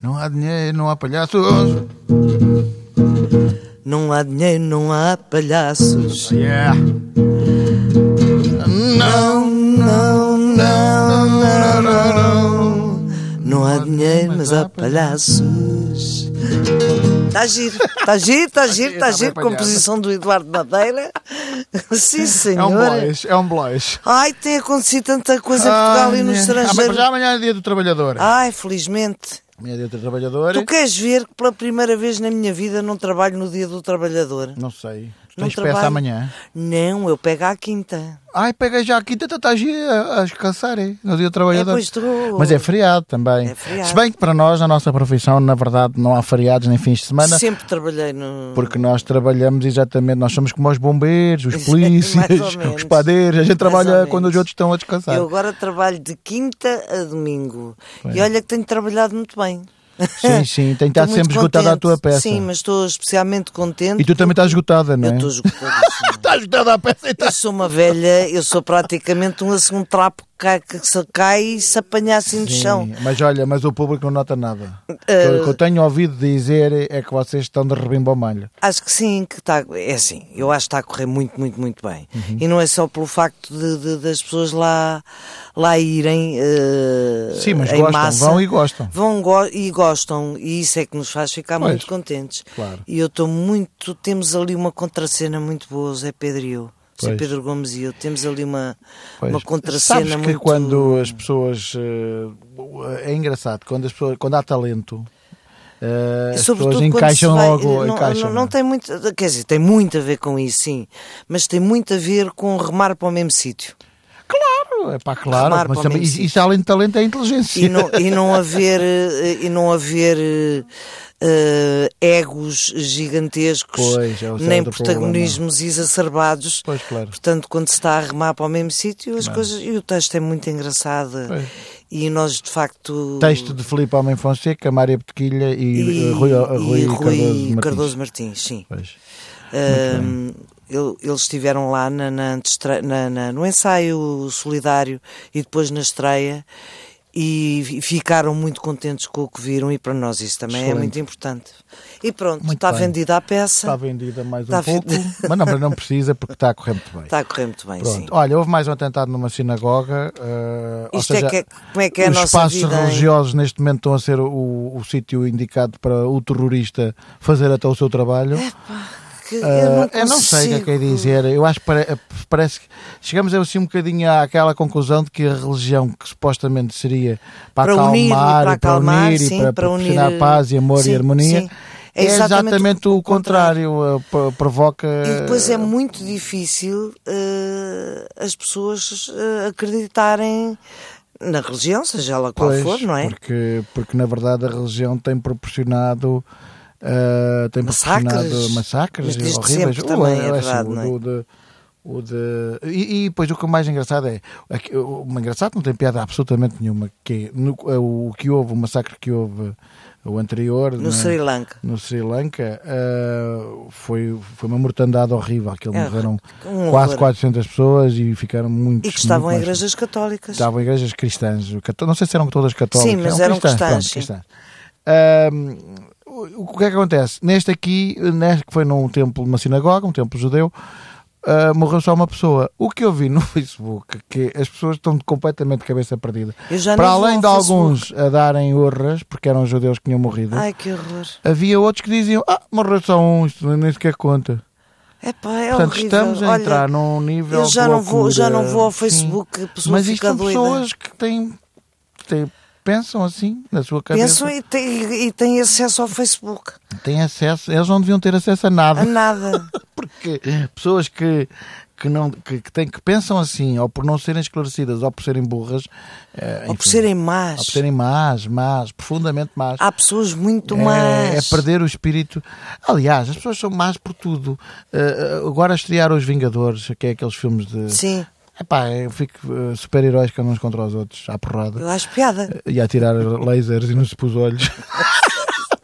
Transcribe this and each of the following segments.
Não há dinheiro, não há palhaços. Não há dinheiro, não há palhaços. Yeah. Não, não, não, não, não. Não há dinheiro, mas há palhaços. Está giro, está giro, está Tá giro, está bem giro. palhaço. Composição do Eduardo Madeira. Sim, É um senhor. boys, é um boys. Ai, tem acontecido tanta coisa em Portugal e no Ah, mas já estrangeiro. amanhã é dia do trabalhador. Ai, felizmente. Amanhã é dia do trabalhador. Tu queres ver que pela primeira vez na minha vida não trabalho no dia do trabalhador? Não sei. Tu Não Tens trabalho. peça amanhã. Não, eu pego à quinta. Ai, peguei já aqui, tenta estás a, a descansar, hein? no dia do trabalhador. É, pois tu- Mas é feriado também. É feriado. Se bem que para nós, na nossa profissão, na verdade, não há feriados nem fins de semana. Sempre trabalhei no. Porque nós trabalhamos exatamente, nós somos como os bombeiros, os Mais ou polícias, menos. os padeiros, a gente Mais ou trabalha menos. quando os outros estão a descansar. Eu agora trabalho de quinta a domingo. E olha que tenho trabalhado muito bem. Sim, sim, tem Estou estado muito sempre esgotada a contente. tua peça. Sim, mas estou especialmente contente. E tu também estás esgotada, não Eu é? estou esgotadíssima. Estás esgotada a peça e Eu estás. sou uma velha, eu sou praticamente um, um trapo que cai, que se cai e se apanhar assim no chão. Eh, Sim, mas olha, mas o público não nota nada. O que eu tenho ouvido dizer é que vocês estão de rebimbo ao malho. Acho que sim, que está. É assim, eu acho que está a correr muito, muito, muito bem. Uhum. E não é só pelo facto de, de- das pessoas lá, lá irem. eh, Sim, mas em gostam, massa. vão e gostam. Vão go- e gostam, e isso é que nos faz ficar Pois, muito contentes. claro. E eu estou muito. Temos ali uma contracena muito boa, o Zé Pedro e eu. O Zé Pois. Pedro Gomes e eu. Temos ali uma, Pois. uma contracena Sabes que muito. quando as pessoas. eh, É engraçado, quando, as pessoas, quando há talento. eh, As pessoas quando encaixam se vai- logo. Não, encaixam, é? não, não tem muito. Quer dizer, tem muito a ver com isso, sim. Mas tem muito a ver com remar para o mesmo sítio. Claro, é pá, claro. Remar mas para o também, mesmo isso, sítio. isso além de talento é inteligência. e não, e não haver eh, e não haver eh, eh, egos gigantescos Pois, é o nem certo protagonismos exacerbados Pois, claro. portanto quando se está a remar para o mesmo sítio as coisas e o texto é muito engraçado Pois. e nós de facto É. Texto de Filipe Homem Fonseca, Mária Botequilha e, eh, Rui, Rui e Cardoso. Martins. Cardoso Martins sim Pois. Ahm, ele- eles estiveram lá na- na antestre- na- na- no ensaio solidário e depois na estreia e fi- ficaram muito contentes com o que viram e para nós isso também é Excelente. muito importante. E pronto, Muito está bem. vendida a peça, Está vendida mais Está um pouco, vendida. mas não, mas não precisa porque está a correr muito bem. está a correr muito bem, sim. Pronto. Olha, houve mais um atentado numa sinagoga. eh, ou Isto é seja, que é- como é que é a os nossa espaços vida, hein? religiosos neste momento estão a ser o, o sítio indicado para o terrorista fazer até o seu trabalho. É Que Eh, eu não sei o que é consigo. que é dizer. Eu acho que pare- parece que chegamos assim um bocadinho àquela conclusão de que a religião que supostamente seria para, Para acalmar, unir e para e para acalmar, unir sim, e para, para proporcionar unir, paz e amor sim, e harmonia sim. É é exatamente, exatamente o contrário. eh, pro- Provoca. E depois é Eh, muito difícil eh, as pessoas eh, acreditarem na religião, seja ela qual Pois, for, não é? Porque, porque na verdade a religião tem proporcionado. eh, tem Massacres. proporcionado massacres Mas desde horríveis. sempre também, é assim, verdade, o não é? do- de- o de- E, e depois o que mais engraçado é. aqui- O o engraçado não tem piada absolutamente nenhuma. Que é no- é o que houve, o massacre que houve, o anterior. No na- Sri Lanka. no Sri Lanka eh, foi, foi uma mortandade horrível. Aquilo É, morreram um quase horror. 400 pessoas e ficaram muitos. E que estavam muito mais- em Tá, igrejas católicas. Estavam igrejas cristãs, cató- não sei se eram todas católicas. Sim, mas eram cristãs, Ahm, o, o que é que acontece? Neste aqui, neste que foi num templo, numa sinagoga, um templo judeu, ah, morreu só uma pessoa. O que eu vi no Facebook, que as pessoas estão completamente de cabeça perdida. Eu já Para nem vou além de ao alguns a darem horras, porque eram judeus que tinham morrido, Ai, que horror. havia outros que diziam, ah, morreu só um, isto nem sequer conta. Epá, é Portanto, horrível. estamos a Olha, entrar num nível eu já de não vou- já loucura. não vou ao Sim. Facebook, a pessoa Mas isto fica são doida. pessoas que têm, têm- pensam assim na sua cabeça. Pensam e têm, e têm acesso ao Facebook. Têm acesso, eles não deviam ter acesso a nada. A nada. Porque pessoas que, que, não, que, que, têm, que pensam assim, ou por não serem esclarecidas, ou por serem burras, eh, Ou por enfim, serem ou por más. serem más, más, profundamente más. Há pessoas muito É, é más. perder o espírito. Aliás, as pessoas são más por tudo. Eh, agora estrear Os Vingadores, que é aqueles filmes de. Sim, Epá, eu fico eh, super-heróis que uns contra os outros, à porrada. eu acho piada. E a tirar lasers e nos pôs olhos.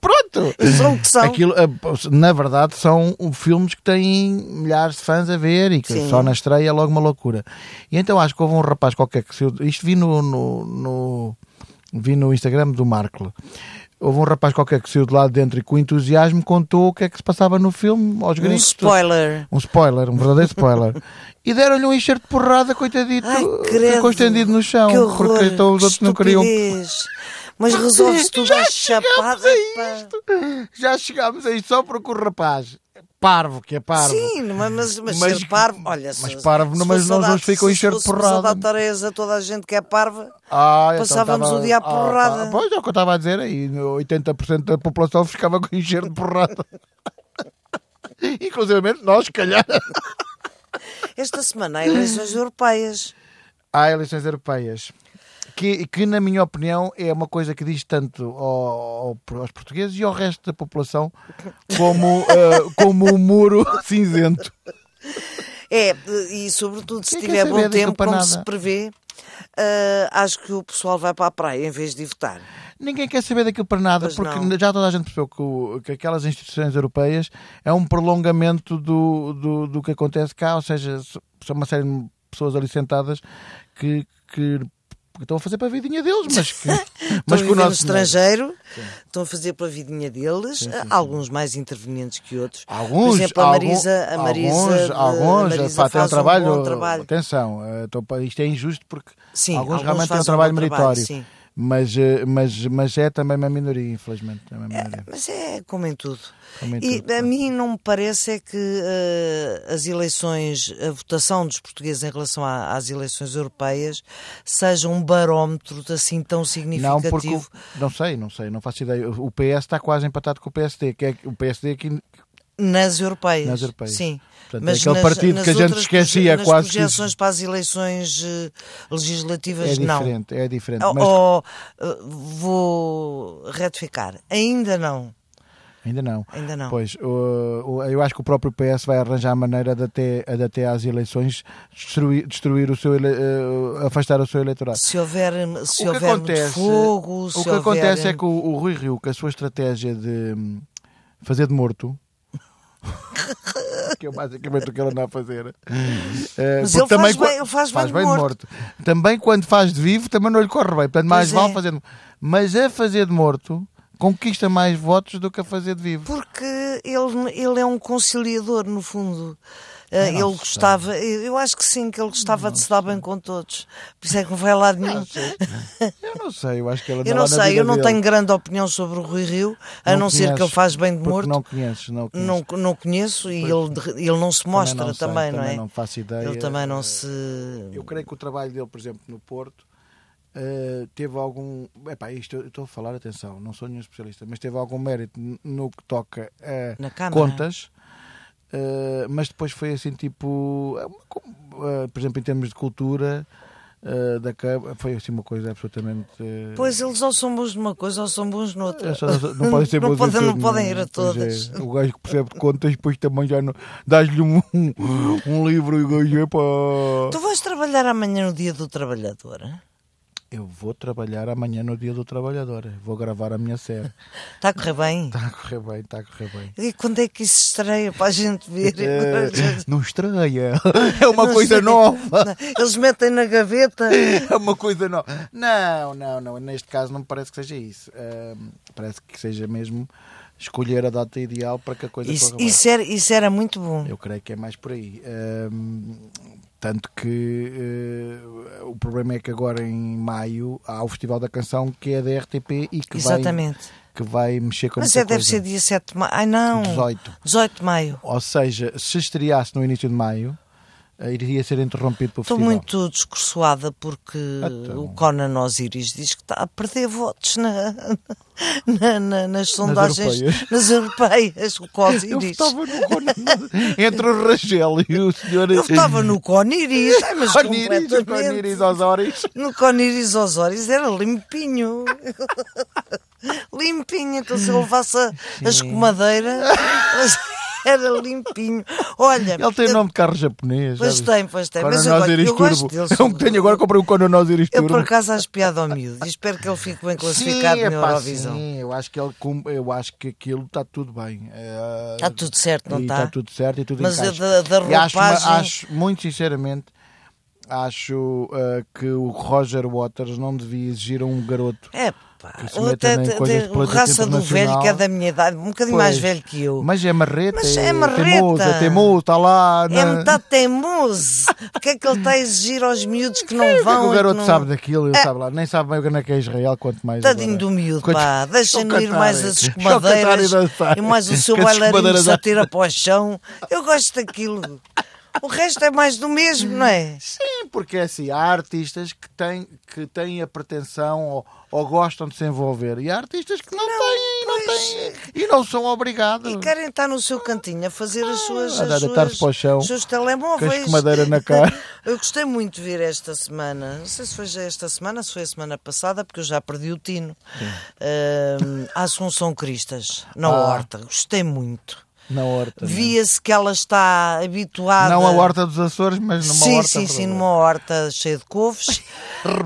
Pronto! São o que são. Aquilo, eh, na verdade, são filmes que têm milhares de fãs a ver e que Sim. só na estreia é logo uma loucura. E então acho que houve um rapaz qualquer que se. Isto vi no. no- no- vi no Instagram do Marco. Houve um rapaz qualquer que saiu de lá de dentro e com entusiasmo contou o que é que se passava no filme aos Um gritos. spoiler. Um spoiler, um verdadeiro spoiler. e deram-lhe um enxerto de porrada, coitadito, Ai, ficou credo, estendido no chão, que horror, porque então os que outros não queriam. estupidez. Mas resolve-se tudo à chapada. pá. Já chegámos aí só porque o rapaz, parvo que é parvo, Sim, mas, mas, mas, Mas- ser parvo, olha, se- mas parvo, se mas nós fosse não a dar- nos ficam se encher de fosse- se fosse a porrada. dar tareas a toda a gente que é parva, Ah, então Passávamos o dia à pá, porrada. pois é o que eu estava a dizer aí. 80% da população ficava com encher de porrada. Inclusive nós, se calhar. esta semana há eleições europeias. Há Ah, eleições europeias. Que, que, na minha opinião, é uma coisa que diz tanto ao- ao- aos portugueses e ao resto da população como, eh, como o muro cinzento. É, e sobretudo se Quem quer tiver saber bom daquilo tempo, para como nada? se prevê, ah, acho que o pessoal vai para a praia em vez de votar. Ninguém quer saber daquilo para nada, Pois porque não. já toda a gente percebeu que, o- que aquelas instituições europeias é um prolongamento do, do, do que acontece cá, ou seja, s- são uma série de pessoas ali sentadas que, que, que estão a fazer para a vidinha deles, mas que, Mas mas estão que o vivendo no nosso. estrangeiro, estão a fazer pela vidinha deles, alguns mais intervenientes que outros. Alguns, Por exemplo, a Marisa, a algum- Marisa, alguns, de- alguns a Marisa pá, tem um faz trabalho, bom trabalho. atenção, eh, então, pá, isto é injusto porque Sim, alguns, alguns realmente têm um fazem um trabalho bom meritório, trabalho, sim. mas, eh, mas, mas é também uma minoria, infelizmente, é uma minoria. Mas é como em tudo. Como em e tudo, a é. mim não me parece é que eh, as eleições, a votação dos portugueses em relação à- às eleições europeias seja um barómetro assim tão Não, significativo. porque o- não sei, não sei, não faço ideia. O PS está quase empatado com o PSD, que é o PSD aqui Nas europeias. Nas europeias. Sim. Portanto, é aquele partido que a gente outras esquecia proje- nas quase que projeções para as eleições eh, legislativas, é não. diferente, é diferente. Ou- Mas ou, eh, vou retificar. Ainda não. ainda não. Ainda não. Pois, o- o- eu acho que o próprio PS vai arranjar a maneira de até, de até às eleições destruir, destruir o seu ele- eh, afastar o seu eleitorado. Se houver, se o que houver acontece, muito fogo, o se que houver... um- acontece é que o, o Rui Rio, com a sua estratégia de hum, fazer de morto, que é basicamente o que ele anda a fazer. eh, Mas porque ele faz qua- bem- ele faz bem de morto. Também quando faz de vivo, também não lhe corre bem. Portanto, mais Pois vale é. fazer de Mas a fazer de morto conquista mais votos do que a fazer de vivo. Porque ele, ele é um conciliador, no fundo. Eh, ele não sei. gostava, eu eu acho que sim, que ele gostava de se dar bem com todos. Por isso é que não vai lá de mim. Eu não sei, eu acho que ele anda Eu lá não na sei, vida eu não dele. tenho grande opinião sobre o Rui Rio, a não, Não ser que ele conheces, faz bem de porque morto. Não conheces, não conheces. Não, não conheço e ele, de- ele não se mostra também, sei, não é? Não faço ideia. ele também não eh, se. Eu creio que o trabalho dele, por exemplo, no Porto, eh, teve algum. Epá, isto eu estou a falar, atenção, não sou nenhum especialista, mas teve algum mérito n- no que toca a Na Câmara. contas, eh, mas depois foi assim, tipo. é uma co- eh, por exemplo, em termos de cultura. eh, da Câmara, foi assim uma coisa absolutamente. eh, Pois eles ou são bons numa coisa ou são bons noutra. eu só- não podem ser Não boas em podem- não tudo, podem é? ir a Pois todas. é. O gajo que percebe de contas, depois também já não. dás-lhe um, um livro e o gajo, epá. Tu vais trabalhar amanhã no Dia do Trabalhador? hein? Eu vou trabalhar amanhã no Dia do Trabalhador. Vou gravar a minha série. Está a correr bem? Está Tá a correr bem, está a correr bem. E quando é que isso estreia para a gente ver? É, não estranha. É uma Não coisa sei. nova. Não, Eles metem na gaveta. É uma coisa nova. Não, não, não. Neste caso não me parece que seja isso. Ahm, parece que seja mesmo escolher a data ideal para que a coisa Isso, corra é, bem. isso era, isso era muito bom. Eu creio que é mais por aí. Ahm, tanto que eh, o problema é que agora em maio há o Festival da Canção que é da RTP e que, vai, Exatamente. que vai mexer com Mas muita é, deve coisa. ser dia 7 de maio. Ai não! 18. 18 de maio. Ou seja, se estreasse no início de maio, eh, iria ser interrompido pelo Estou festival. muito descursoada porque Então. o Conan Osiris diz que está a perder votos na- na- na- nas sondagens europeias. nas europeias. O Eu Cosiris. estava no Conan- entre o Rangel e o senhor. Eu estava no Coniris. Ai, mas Coniris, o completamente. Coniris Osóris. No Coniris Osóris era limpinho. limpinho. Então se ele levasse a, a escumadeira, mas era limpinho. Olha. Ele tem eu- nome de carro japonês. Pois sabes? tem, pois tem. Conan Mas eu gosto- Osiris eu gosto Turbo. dele, É um que tenho agora, comprei um Conan Osiris Eu por Turbo. acaso acho piada ao miúdo e espero que ele fique bem classificado epá, na Eurovisão. sim, eu acho que ele cum- eu acho que aquilo está tudo bem. Eh, Está tudo certo, não e está? tudo certo e tudo Mas a encaixa. da- da E acho, uma- roupagem- acho, muito sinceramente acho uh, que o Roger Waters não devia exigir a um garoto. É pá, Que se o, metem te- em te- coisas de o política raça do velho que é internacional. da minha idade, um bocadinho Pois. mais velho que eu. Mas é marreta, Mas é é, marreta. teimoso, é teimoso, está lá. É na- metade teimoso. O que é que ele está a exigir aos miúdos que não O que é que vão? e o que garoto não- sabe daquilo, ele sabe lá, nem sabe bem o que é que é Israel, quanto mais. Tadinho agora. do miúdo, Quanto- pá. Só Deixa-me ir cantar, é. mais as só escumadeiras cantar e dançar. e mais o seu Que as bailarino escumadeiras se já- atira para o chão. Eu gosto daquilo. O resto é mais do mesmo, não é? Sim, porque é assim, há artistas que têm, que têm a pretensão ou, ou gostam de se envolver e há artistas que não, têm, não pois. têm e não são obrigados. E querem estar no seu cantinho a fazer as suas. Ah, a as dar atalhos suas- para o chão, os seus com a telemóveis. escumadeira na cara. Eu gostei muito de vir esta semana, não sei se foi já esta semana, se foi a semana passada, porque eu já perdi o tino. Ahm, A Assunção Cristas, na Ah. Horta. Gostei muito. Na horta. né? Via-se que ela está habituada. Não a horta dos Açores, mas numa sim, horta. sim, sim, verdadeira. numa horta cheia de couves,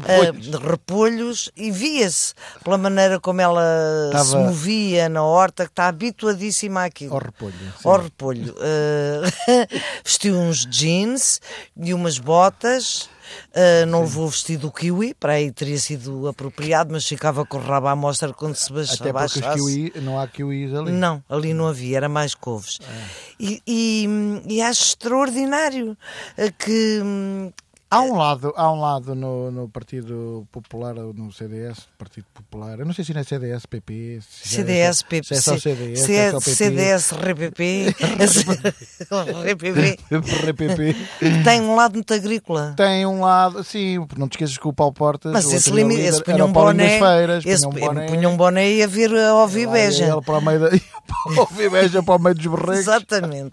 eh, de repolhos, e via-se pela maneira como ela se Estava- movia na horta, que está habituadíssima àquilo. Ao repolho, sim. Ao repolho. Eh, vestiu uns jeans e umas botas. eh, não levou vestido o kiwi, para aí teria sido apropriado, mas ficava com o rabo à mostra quando se baixa- Até porque baixasse. os kiwi, não há kiwis ali. Não, ali não havia, era mais couves. Ah. E, e- e acho extraordinário eh, que. hum, Há um lado, há um lado no, no Partido Popular, ou no CDS, Partido Popular, eu não sei se não é CDS, PP, se já é CDS, só- PP, se é só CDS, se é só PP, CDS, RPP, RPP, RPP. tem um lado muito agrícola. Tem um lado, sim, não te esqueças que o Paulo Portas, Mas o esse anterior limite, líder, esse era punha o um Paulinho das boné, Feiras, esse punha um boné, punha um boné e a vir ao é, lá ia Vibeja. ele para o meio, da, para o Vibeja, para o meio dos borregos. Exatamente.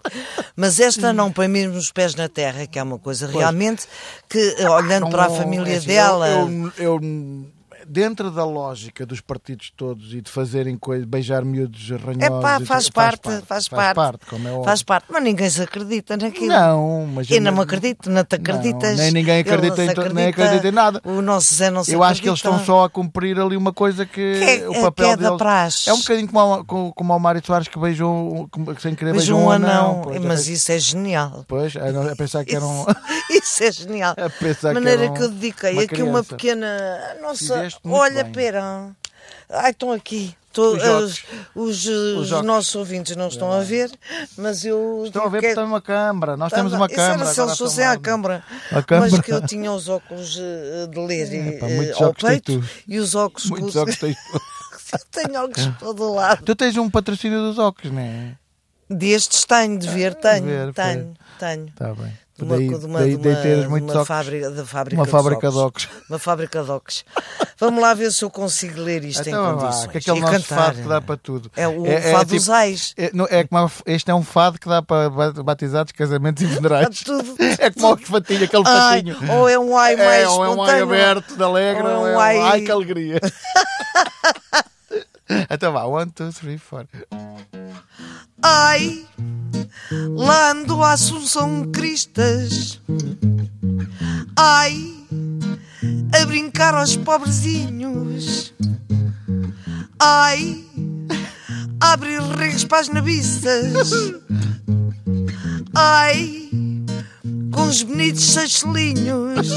Mas esta não põe mesmo os pés na terra, que é uma coisa realmente que, eh, olhando Não, para a é família assim, dela. Eu, eu- eu- dentro da lógica dos partidos todos e de fazerem coisas, beijar miúdos ranhosos... É pá, e faz, tudo, parte, faz parte. como é óbvio. Faz parte, mas ninguém se acredita naquilo. Não, mas... Eu não me acredito, não te acreditas. Não, nem ninguém ele não acredita se em to- nem acredita em nada. O nosso Zé não se Eu acho que eles estão acredita. só a cumprir ali uma coisa que, Que é- o que papel é da deles praxe. é um bocadinho como, ao- como, como ao Mário Soares que beijou que sem querer Mas beijou um anão, pois, a mas pe- isso é genial. pois, a não- a pensar que era um Isso é genial. A pensar que maneira que, era um- eu dediquei uma aqui uma criança. pequena. ah, Nossa, Fizeste muito olha, bem. pera. Ai, estão aqui. Tô- Os jogos. ah, os, os, ah, os jogos. nossos ouvintes não estão a ver, mas eu. Estão a ver que que é- tem uma câmara, nós temos Tava- uma isso câmara. Era se agora eles estão fossem à lá- câmara. À câmara. É, Mas que eu tinha os óculos eh, de ler eh, pá, muitos eh, ao óculos tens peito tu. e os óculos Muitos com- óculos tens tu. eu tenho óculos para todo lado. Tu tens um patrocínio dos óculos, não é? Destes tenho, de ver, tenho, ver, pois. tenho, tenho. Está Tá bem. De uma, daí, de uma, daí, de daí uma- teres de muitos uma óculos. fábrica, da fábrica Uma dos fábrica de óculos. Uma fábrica de óculos. Vamos lá ver se eu consigo ler isto em Então, vá, condições. que aquele e nosso cantar. fado que dá para tudo. É o fado dos ais. É, não, é como a- este é um fado que dá para ba- batizados, casamentos e funerais. Dá tudo. É como o fatinho, aquele Ai, fatinho. ou é um ai mais é, ou é um ai espontâneo. aberto, de alegre, ou é um, ai... que alegria. então vá, one, two, three, four. Ai, lá ando a Assunção Cristas. Ai, a brincar aos pobrezinhos. Ai, a abrir regras para as nabiças. Ai, com os bonitos sachelinhos.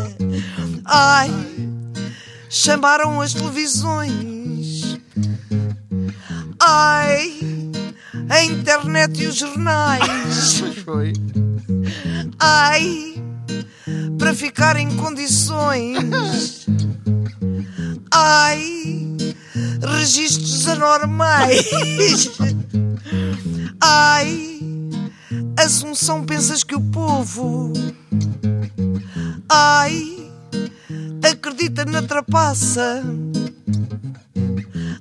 Ai, chamaram as televisões. Ai, a internet e os jornais. Mas foi. Ai, para ficar em condições. Ai, registros anormais. Ai, Assunção, pensas que o povo. Ai, acredita na trapaça.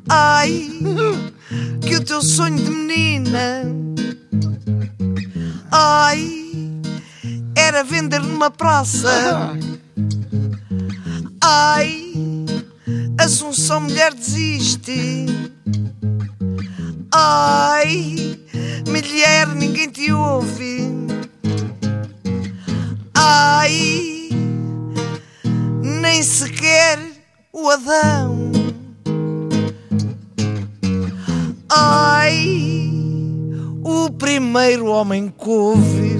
Ai, que o teu sonho de menina. Ai era vender numa praça. Ai, Assunção Mulher desiste. Ai, mulher, ninguém te ouve. Ai, nem sequer o Adão. Ai, o primeiro homem que ouve.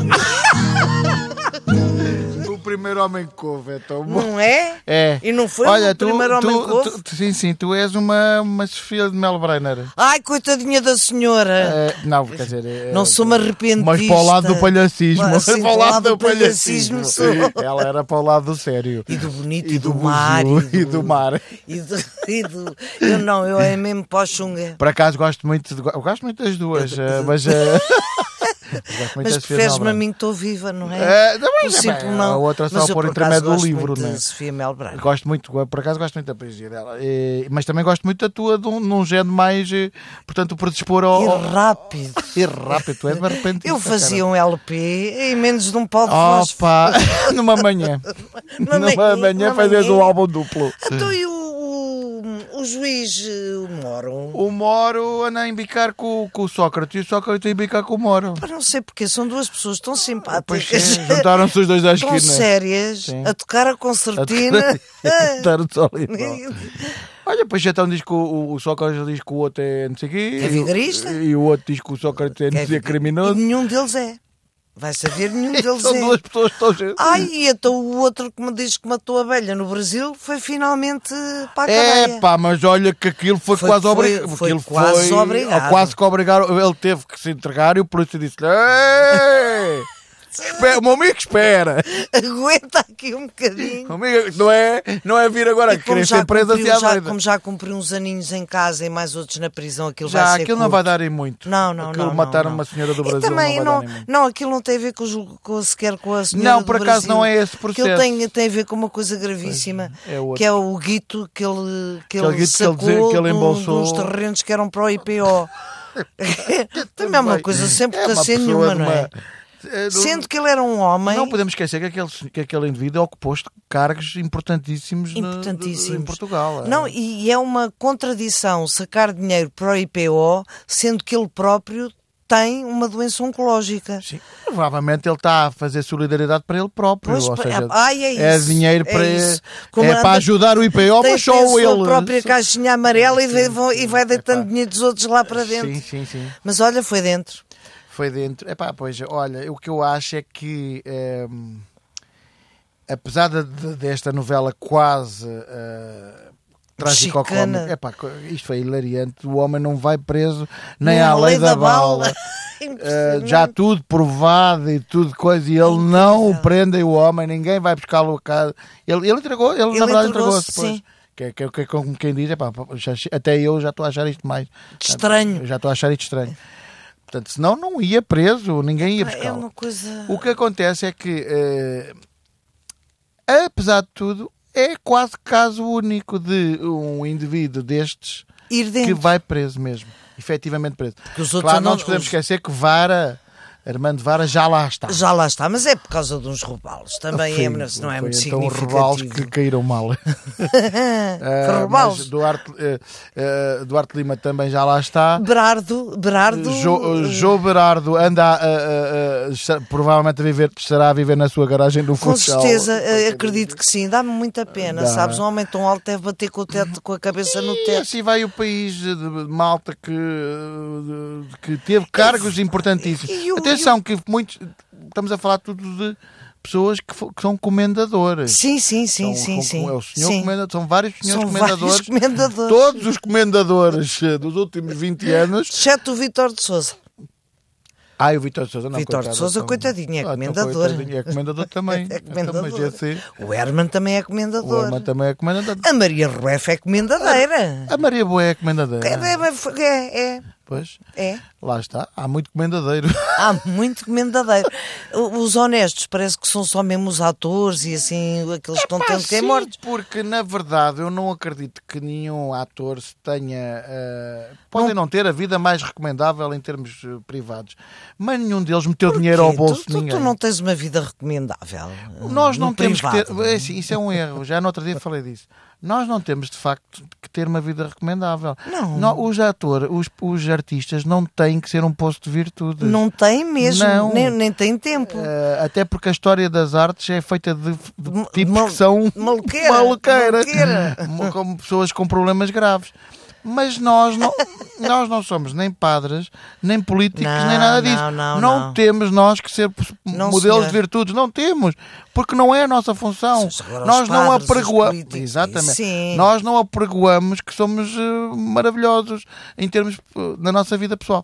O primeiro homem que houve, é tão bom. Não é? É. E não foi Olha, o primeiro homem que houve? tu- tu- Sim, sim, tu és uma, uma Sofia de Mel Brenner. Ai, coitadinha da senhora. Eh, não, quer dizer. é- Ah. não sou uma arrependida. Mas para o lado do palhacismo. Mas, sim, para o lado do palhacismo. sou. Ela era para o lado do sério. E do bonito, e, E do buzu, mar. e do mar. E do, e do- Eu não, eu é mesmo para o Xunga. Por acaso gosto muito, de, eu gosto muito das duas, eh, mas. eh, gosto muito Mas da Sofia de Mel preferes-me a Brenner. mim que estou viva, não é? É, não, mas Por é simples bem, não. a outra só Mas eu, por acaso, intermédio do gosto livro, muito não é? da Sofia Melbrano. Gosto muito, por acaso gosto muito da poesia dela, eh, mas também gosto muito da tua de um- num género mais, eh, portanto, predispor ao. E ao- rápido. E rápido, tu és de repente. Eu fazia oh, um LP em menos de um pau de fósforo. Opa! Numa manhã. Numa Numa manhã, manhã, numa fazes manhã. um álbum duplo. Então e o, o, o juiz eh, o Moro? O Moro anda a embicar com, com o Sócrates e o Sócrates a embicar com o Moro. Pá, Não sei porque são duas pessoas tão Pois simpáticas, sim, juntaram-se os dois à tão esquina. sérias, Sim. a tocar a concertina. Juntaram-se ali. Olha, pois então diz que o, o Sócrates diz que o outro é não sei o quê. É vigarista. E, o outro diz que o Sócrates é não sei E quê, criminoso. nenhum deles é. Vai saber, nenhum deles São é. duas pessoas que estão Ai, e então o outro que me diz que matou a abelha no Brasil foi finalmente para a É cadeia. pá, mas olha que aquilo foi, tá Foi- quase foi- obrigado. foi quase obrigado. Quase que obrigaram. Ele teve que se entregar e o polícia disse-lhe: "Ei, espera, Meu amigo, espera. Aguenta aqui um Meu bocadinho. amigo, não, é, não é vir agora E que como querer já, ser presa se cumpriu, à já, doida. como já cumpriu uns aninhos em casa e mais outros na prisão, aquilo Já, vai ser aquilo não curto. vai dar em muito. Não, não, aquilo não. matar não, não. uma senhora do E Brasil também não vai não, dar em muito. não, aquilo não tem a ver com, os, com sequer com a senhora Não, do por acaso Brasil. não é esse Aquilo processo. tem, tem a ver com uma coisa gravíssima, é outro. que é o guito que ele, que Aquele ele guito que ele sacou dizia- que ele de um- embolsou. de uns terrenos que eram para o IPO. também é uma coisa sempre É é uma sem pessoa nenhuma, de não é? uma- é, do- Sendo que ele era um homem... Não podemos esquecer que aquele, que aquele indivíduo ocupou cargos importantíssimos, na- Importantíssimos. eh, em Portugal. é. Não, e é uma contradição sacar dinheiro para o IPO, sendo que ele próprio tem uma doença oncológica. Sim, provavelmente ele está a fazer solidariedade para ele próprio. Pois, ou pa- seja, ai, é isso, dinheiro é para, isso. Como é anda- para ajudar o IPO, tem, mas só tem a sua ele. própria caixinha amarela e vai, vão- e vai deitando dinheiro dos outros lá para dentro. Sim, sim, sim. Mas olha, foi dentro. Foi dentro. Epá, pois, olha, o que eu acho é que, ehm, apesar de- de- desta novela quase eh, Mexicana. tragicocómica, epá, co- isto foi hilariante. O homem não vai preso nem Nem à lei da, bala. Eh, Impressionante. já tudo provado e tudo coisa, e ele não o prende o homem, ninguém vai buscá-lo a casa. Ele, ele entregou, ele, Ele na verdade entregou-se entregou-se, depois. sim. Que, é- que, é- que é como quem diz, epá, já che- até eu já estou a achar isto mais. Estranho. Já estou a achar isto estranho. Portanto, senão não ia preso, ninguém ia É uma buscá-lo. coisa. O que acontece é que, eh, apesar de tudo, é quase caso único de um indivíduo destes Ir que dentro. vai preso mesmo, efetivamente preso. Que os outros claro, andam- não nos podemos os- esquecer que Vara, Armando Vara, já lá está. Já lá está, mas é por causa de uns robalos. Também é, Foi- mas não é foi muito então os significativo. rebalos que caíram mal. Ah, Foi mas robalos. Duarte, eh, eh, Duarte Lima também já lá está. Berardo, Berardo. eh, Jo, João Berardo anda a- a- a- está- provavelmente a viver, estará a viver na sua garagem do Com Funchal. certeza, eh, acredito que sim. Dá-me muita pena, Dá. sabes? Um homem tão alto deve bater com, o teto, com a cabeça no E teto. assim vai o país de de malta que, eh, de- que teve cargos importantíssimos. e o- Atenção, que muitos. Estamos a falar tudo de pessoas que, fo- que são comendadoras. Sim, sim, sim, São- sim, com- sim. É o senhor Sim. comendador, são vários senhores São comendadores. vários comendadores. Todos os comendadores eh, dos últimos 20 anos. Exceto o Vítor de Souza. Ah, e o Vitor de Souza não Vítor de coitado, Sousa, então- coitadinho, é então, comendador. coitadinho, é comendador também. É Então, mas comendador. esse- O Herman também é o comendador. Herman também é comendador. A Maria Rueff é comendadeira. A Maria Boé é comendadora. É, é, é, Pois, é, é. lá está. Há muito comendadeiro. Há muito comendadeiro. Os honestos parece que são só mesmo os atores e assim, aqueles que estão Pá, tendo que é sim, mortos. Porque, na verdade, eu não acredito que nenhum ator se tenha. eh, podem não. ter a vida mais recomendável em termos eh, privados. Mas nenhum deles meteu dinheiro ao Quê? bolso de tu, tu- ninguém. tu não tens uma vida recomendável. Nós não no temos privado. que ter. é assim, isso é um erro. Já no outro dia falei disso. Nós não temos, de facto, que ter uma vida recomendável. Não. os atores, os, os artistas, não têm que ser um posto de virtude. Não tem mesmo, Não. Nem, nem tem tempo. Eh, até porque a história das artes é feita de, de Ma- tipos mal- que são maluqueira, maluqueira. maluqueira. Mo- como pessoas com problemas graves. Mas nós não. nós não somos nem padres, nem políticos, Não, nem nada disso. não, não, não. temos nós que ser Não, modelos senhor. de virtudes, não temos, porque não é a nossa função. Mas agora os nós não padres, os apregoamos. políticos, Exatamente. sim. Nós não apregoamos que somos eh, maravilhosos em termos eh, da nossa vida pessoal.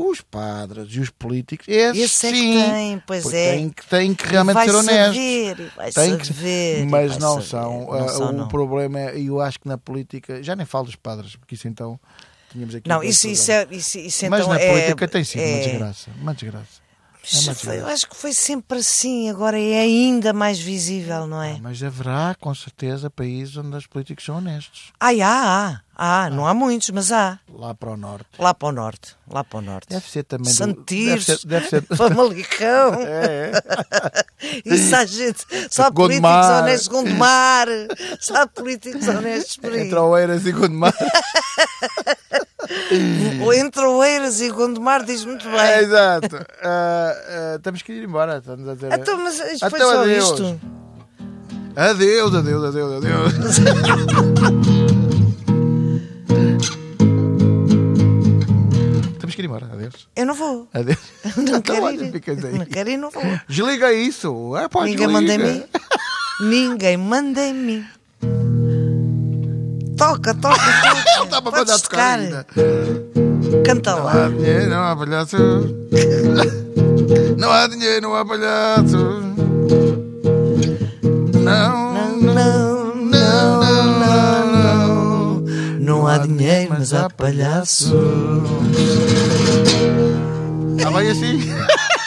Os padres e os políticos, esses Esse é que sim, tem, pois porque é. têm que, têm que realmente vai ser honestos. Saber, vai Tem saber, que- vai mas não saber. são. Não ah, são, o não. problema é, eu acho que na política, já nem falo dos padres, porque isso então tínhamos aqui. Não, outro isso, isso, programa. é, isso, isso Mas então na é. política tem sido uma é- desgraça. Uma desgraça. Mas uma foi- eu desgraça. acho que foi sempre assim, agora é ainda mais visível, não é? Ah, Mas haverá, com certeza, países onde os políticos são honestos. Ai, há, há, há, não há muitos, mas há. Lá para o norte. Lá para o norte, lá para o norte. Deve ser também. do- deve Santirce, ser. Deve ser Famalicão, é, é. isso há gente, só há Gondomar. políticos honestos, Gondomar, só há políticos honestos por aí. Entre É, Oeiras e Gondomar. Ou entre Oeiras e Gondomar diz muito bem. É, exato. Ah, ah, temos que ir embora. Estamos a dizer. Então, mas depois Até só adeus. isto. Adeus, adeus, adeus, adeus. Temos que ir embora. Adeus. Eu não vou. Adeus. Não Então, quero olha, ir. ficas aí. Não quero ir, não vou. Desliga isso. É, pá, Ninguém manda em desliga. mim. Ninguém manda em mim. Toca, toca, toca. Não dá para Podes mandar tocar ainda. Canta lá. Não há dinheiro, não há palhaço. Não há dinheiro, não há palhaço. Não, não, Não, não, não. não há dinheiro, mas há palhaço. Ah, vai assim?